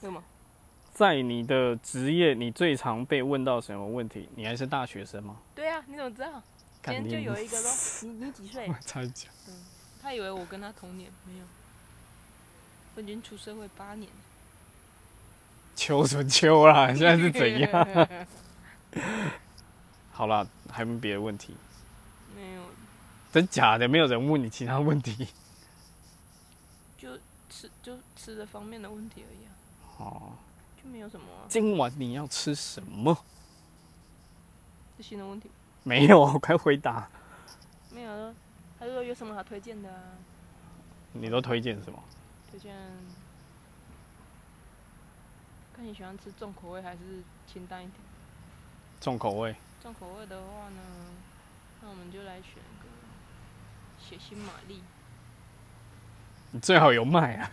对吗？在你的职业，你最常被问到什么问题？你还是大学生吗？对啊，你怎么知道？今干天就你有一 个说你你几岁我？才讲，他以为我跟他同年，没有，我已经出社会八年了。秋什么秋啦？现在是怎样？好啦，还没别的问题？ 没有，真假的？没有人问你其他问题？ 就吃就吃的方面的问题而已啊，哦，就没有什么、啊、今晚你要吃什么？是新的问题。没有，啊我快回答。没有啊，他就说有什么好推荐的啊？你都推荐什么？推荐。看你喜欢吃重口味还是清淡一点。重口味。重口味的话呢，那我们就来选一个血腥玛丽。你最好有卖啊！